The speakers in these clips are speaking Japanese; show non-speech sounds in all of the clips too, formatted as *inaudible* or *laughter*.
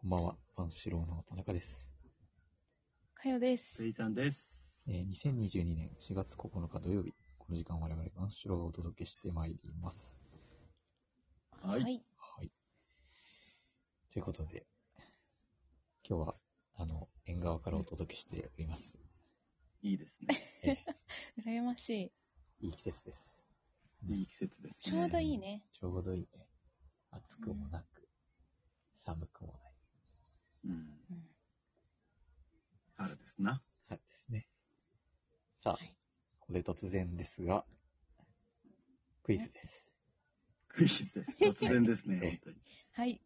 こんばんは、パンシローの田中です。かよですペ。イさんです。えー、2022年4月9日土曜日、この時間我々パンシローがお届けしてまいります。はいはい。ということで、今日は、あの、縁側からお届けしております。いいで *laughs* すね。羨ましいい季節です。いい季節でい。すちね。ょうどいいね。ちょうどいいね。暑くもなく、寒くもない。うん。うん。春ですな。はいですね。さあ、はいここで突然ですが、クイズです。クイズ *laughs* です。突然ですね、はい本当に。はい。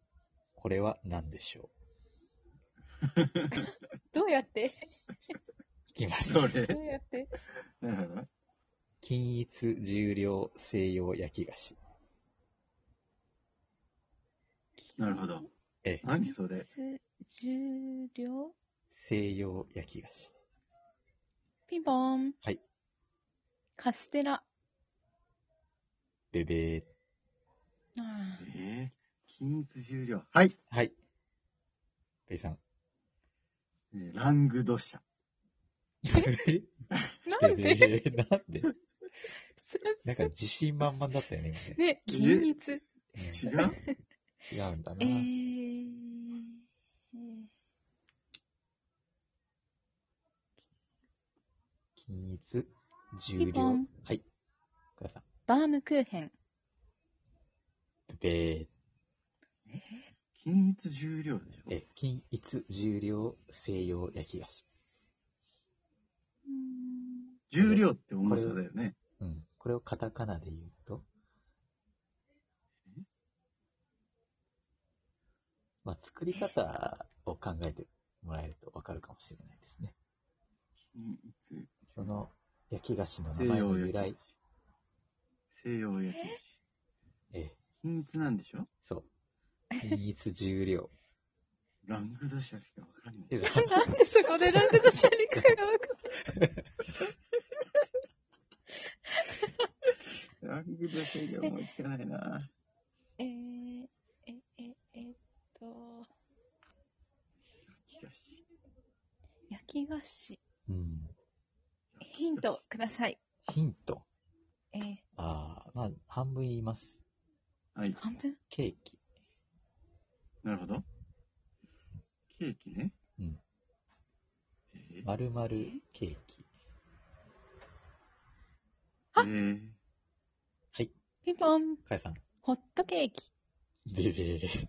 これは何でしょどうやってういきます。どそれ。 *laughs* うやってなるほど。均一重量西洋焼き菓子。なるほど。ええ、何それ。す重量西洋焼き菓子。ピンポーン。はい。カステラ。ベベー。あーえー、均一重量。はい。はい。ベイ *laughs* さん。えーラングドシャ。なんで *laughs* ベベ *laughs* ーなんですなんか自信満々だったよ *laughs* ね、今ねね、均一。違う *laughs* うん違うんだな。えー。えー均一重ピン量ポン。はい。くださん。バームクーヘン。ベベー。均一重量でしょ。ええ、均一重量西洋焼き菓子。うーん重量って重さだよね。うん。これをカタカナで言うとえまあ、作り方を考えてもらえるとわかるかもしれないですね。均一。その焼き菓子の名前の由来、西洋焼き。ええ、均一なんでしょそう。均一重 *laughs* 量。ラングドシャしかわかんない。でなんでそこでラングドシャリクが分かっラングドシャが思いつかないな。えー、え、え、えっと、焼き菓子焼き菓子。うん。ヒントください。ヒント。えー、ああ、まあ、半分言います。はい。半分ケーキ。なるほど。ケーキね。うん。えー、丸々ケーキ。えー、ピンポン。かやさん。ホットケーキ。ベベー。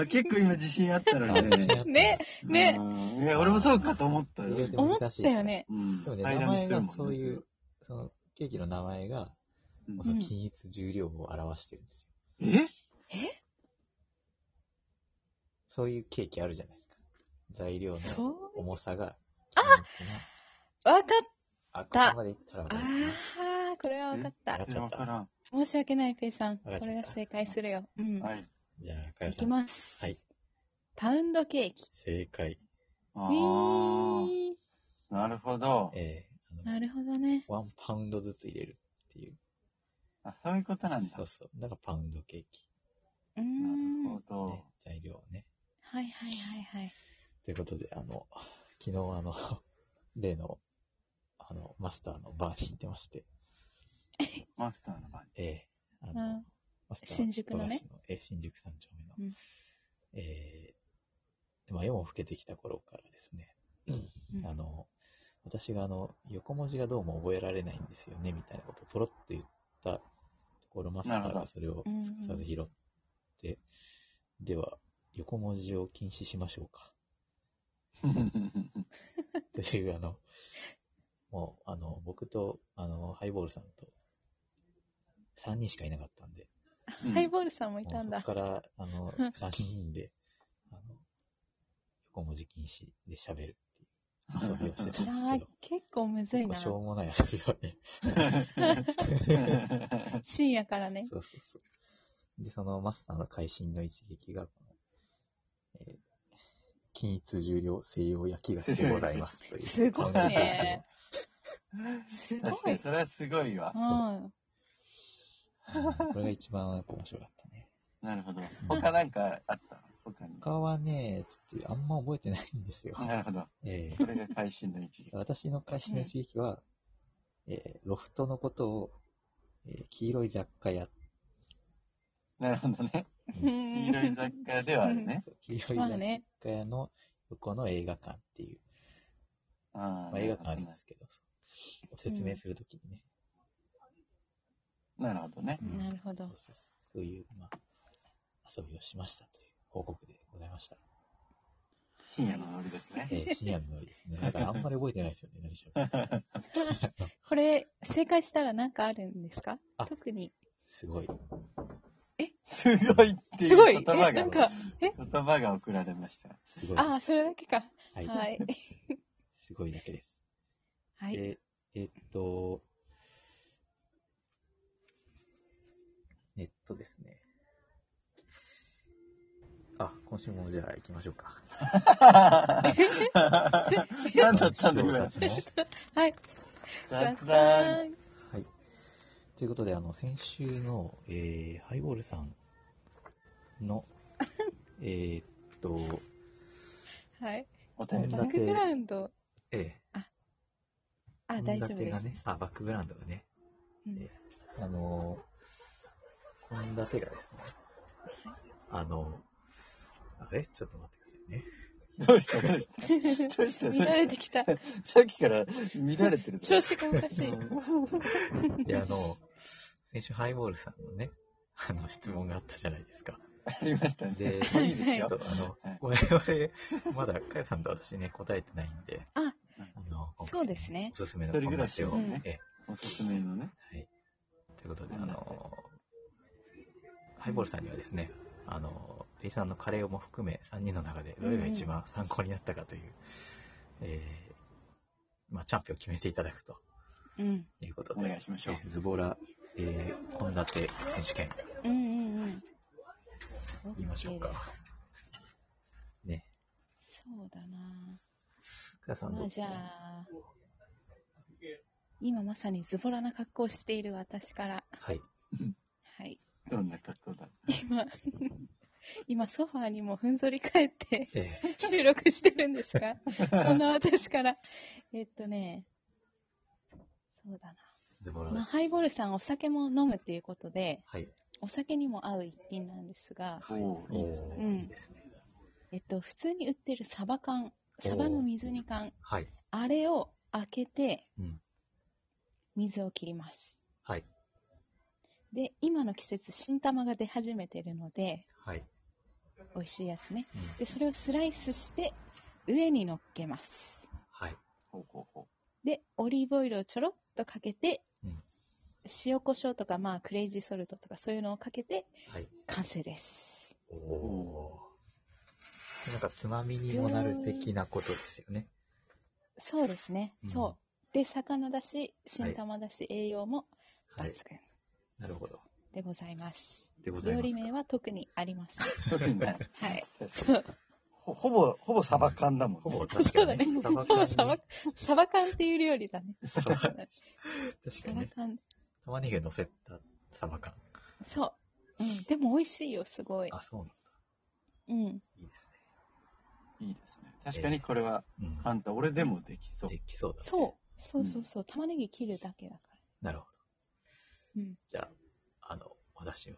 あ結構今自信あったのあに自信あね。ったね、ねうんいや、俺もそうかと思ったよ。いや思ったよね。うんでもね、平名らに前してるがもんねそういう、そのケーキの名前が、うんもうそのうん均一重量を表してるんですよ。えそういうケーキあるじゃないですか。材料のそ重さが均一な。う。わかっあ、ここまでいったらわた。かあるかなあ、これはわかったえ。全然わからん。申し訳ない、ペイさん。こわかっちゃったれが正解するよ。うん。はい。じゃあ、かやいさきん。ます。はい。パウンドケーキ。正解。あえー、ー、なるほど。えー、あの、なるほどね。ワンパウンドずつ入れるっていう。あ、そういうことなんだ。そうそう。だからパウンドケーキ。うーなるん。はほどね。、材料をね。いはいはいはい。ということで、あの、昨日あの、 *laughs* 例の、あの、マスターのバーに行ってまして、マスターの番。ええあうのん、マスター新宿のね富樫ええ新宿三丁目の。うんええまあ、夜も更けてきた頃からですね、うんあの、私があの、横文字がどうも覚えられないんですよね、みたいなことをポロッと言ったところ、マスターなるほがどそれをすかさず拾って、では、横文字を禁止しましょうか。という、あの、もう、あの、僕と、あの、ハイボールさんと、3人しかいなかったんで、うんハイボールさんもいもたうんそだこ。から、あ *laughs* の、うん3人で、あの、横文字禁止で喋るっていう遊びをしてた *laughs* いんやですーけど、結構むずい結構な。しょうもない遊びをね、深夜からね。そうそうそう。で、そのマスターの会心の一撃が、このえー均一重量西洋焼き菓子でございますという。すごいね。すご確かにい。それはすごいわう。ん。 *laughs* うんこれが一番やっぱ面白かったね。なるほど。他なんかあった他に。他はね、ちょっとあんま覚えてないんですよ。なるほど。えそれが会心の一撃ー。私の会心の刺激は、えーロフトのことを、えー黄色い雑貨屋、なるほどね。黄色い雑貨ではあるね。そう *laughs* 黄色いま雑だね。貨屋の横の映画館っていう、あまあ、あ、映画館ありなまるすけど、そう説明するときにね、なるほどね。うん *laughs* なるほどそう。そうそうそういう、まあ、遊びをしましたという報告でございました。深夜のノリですね。えー、深夜のようです *laughs* ね。だからあんまり覚えてないですよね、何しろ。これ、正解したら何かあるんですかあ特に。すごい。すごいっていすごうい言え、葉ながん、か、言葉が送られ *laughs* ました。すごい。ああ、それだけか。はい。はい。すごいだけです。はい。で、えっと、ネットですね。あ、今週もじゃあ行きましょうか。何だったんだ、今今。週の雑談はい。雑談。談。はい。ということで、あの、先週の、えー、ハイボールさん *laughs* の、えーっと、はい。おこ便んりバだッけクグラウンド。ええ、あ、献大丈夫立でがす。ね、あ、バックグラウンドがね、うんあのー、献立がですね、あのー、あれちょっと待ってくださいね。どうしたどうしたどうしたどう乱れしてきた。たさっきから乱れてるぞ調子がおかしい。で、あの、先週ハイボールさんのね、あの、質問があったじゃないですか。ありましたね。でもういいですちょよっ。と、あのはい、我々、まだ、かよさんと私ね、答えてないんで、あの、今回そうですねおすすめの一人暮ら献し立をを、ね、えおすすめのね。ということで、あの、ハイボールさんにはですね、あの、ペイさんのカレーも含め、3人の中で、どれが一番参考になったかという、えーまあ、チャンピオンを決めていただくとうん。いうことおで、願いしましょう。えーズボラ、えー、献立選手権、うんうんうん。言いましょうか。。ね。そうだな福田さんどまうあですじゃかあ、今まさにズボラな格好をしている私から。はい。はい。どんな格好だ今、今ソファーにもふんぞり返ってえ収録してるんですが、 *laughs* そんな私から。えっとね、そうだな。ー、ズボラまであ、す。ハイボールさんお酒も飲むということで、はい。お酒にも合う一品なんですが、おーいいですおね。ーうんいいですね。えっと、普通に売ってるサバ缶、サバの水煮缶、はい。あれを開けてうん、水を切ります。はい。で、今の季節、新玉が出始めてるので、はい。美味しいやつね。うんで、それをスライスして、上に乗っけます。はい。ほうほうほで、オリーブオイルをちょろっとかけてうん、塩コショウとか、まあ、クレイジーソルトとか、そういうのをかけて、はい。完成です。おおー。なんか、つまみにもなる的なことですよね。そうですね。うんそう。で、魚だし、新玉だし、栄養も抜はい。群なるほど。でございます。でござい料ます理か。名は特にあり *laughs* ません。う。特にないはい。そう。ほほぼ、ほぼサバ缶だもんね。ほぼ確かに、ね。そうだねサバほ缶ぼにサバ、サバ缶っていう料理だね。サバ確かサにバね。缶。玉ねぎを乗せたサバ缶。そう。うん。でも美味しいよ、すごい。あ、そうなんだ。うん。いいですいいですね。確かにこれはね。うん。簡単。俺でもできそう。できそうだ、ね。そう。そうそうそう。玉ねぎ切るだけだかなるほど。ら。うん。じゃあ、あの、私の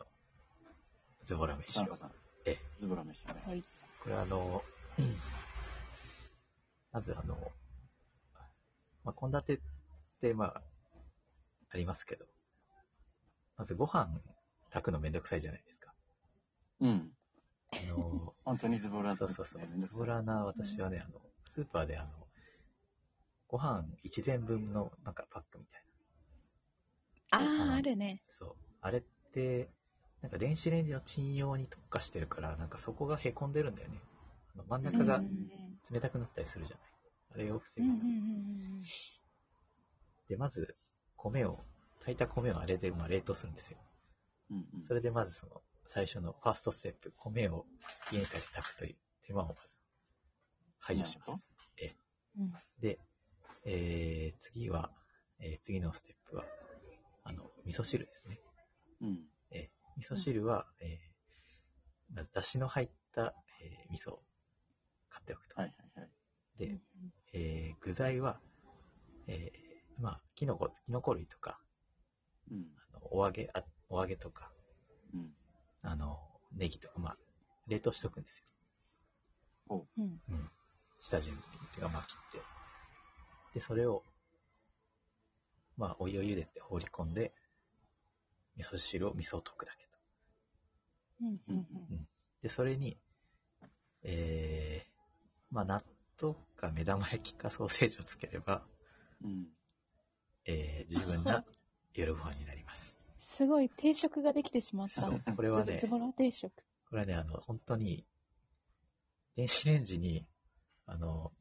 ズボラ飯田を。中さん。ええズボラ飯をね。はい。これあの、まずあの、まあ、献立って、まあ、ありますけど、まずご飯炊くのめんどくさいじゃないですか。うん。あの、本当にズボラそうそうそうめんど。くズさボいラな私はね、あの、スーパーであの、ご飯一膳分のなんかパックみたいな。ああ、あるね。そう。あれって、なんか電子レンジのチン用に特化してるから、なんかそこがへこんでるんだよね。あの真んうん中うんうがん冷たくなったりするじゃない。あれを防うぐんたうめにんうんで、まず、米を、炊いた米をあれで、まあ、冷凍するんですよ。うんうんそれで、まずその、最初のファーストステップ、米を家に帰って炊くという手間をまず、排除しまなるす。うんうん。で、えー、次は、えー次のステップは、あの、味噌汁ですね。うん。味噌汁は、えーまず、だしの入ったした、えー味噌を買っておくと。はいはいはい。で、えー具材は、えーまあ、キノコ、キノコ類とか、うん。あのお揚げ、あお揚げとか、うん。あの、ネギとか、まあ、冷凍しとくんですよ。うん。うん。下準備っていうか、まあ、切って。で、それを、まあ、お湯を茹でて放り込んで、味噌汁を味噌を溶くだけと。うん。うん。で、それに、えー、まあ、納豆か目玉焼きかソーセージをつければ、うん。えー、十分 *laughs* な夜ご飯になります。すごい定食ができてしまっ *laughs* た。そう、これはねズ、ボラ定食。これはね、あの、本当に、電子レンジに、あの、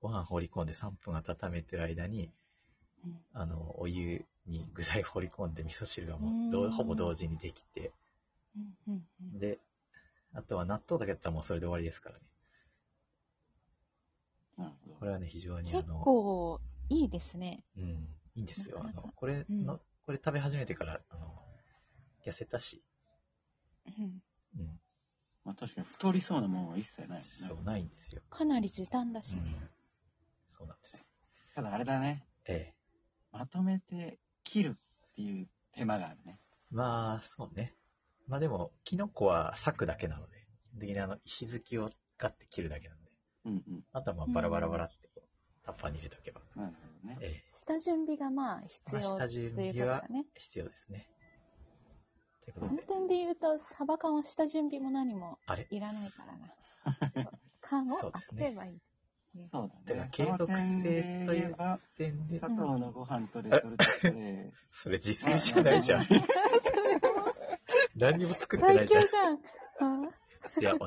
ご飯放り込んで3分温めてる間に、うんあの、お湯に具材放り込んで味噌汁がもううどんうほぼ同時にできて、うん。うん。うんで、あとは納豆だけだったらもうそれで終わりですからね。なるほどこ。れはね、非常にあ結の、構いいですね。うん、いいんですよ。あなかなかの、これの、うんこれ食べ始めてから、あの、痩せたし、うん。うん、まあ確かに太りそうなもんは一切ないですね。そうないんですよ。かなり時短だうしんね。、そうなんですよ。ただあれだね。ええ。まとめて切るっていう手間があるね。まあ、そうね。まあでも、キノコは裂くだけなので、基本的にあの、石突きをガッて切るだけなので、うんうん。あとはまあバラバラバラってこう、タッパーに入れとけば、なるほどね。ええ、下準備がまあ必まあ要下とい準う備ことはだね。必要ですね。というこそとので、点で言うと、サバ缶は下準備も何もあれいらないからな。缶をそう開ですねけばいい。そうだね。だから継続性というその点で言えば全然佐藤のご飯とレトルトカレー。それ実践じゃ *laughs* ないじゃん。何にも作ってな最いじゃん。強いじゃん。うんや、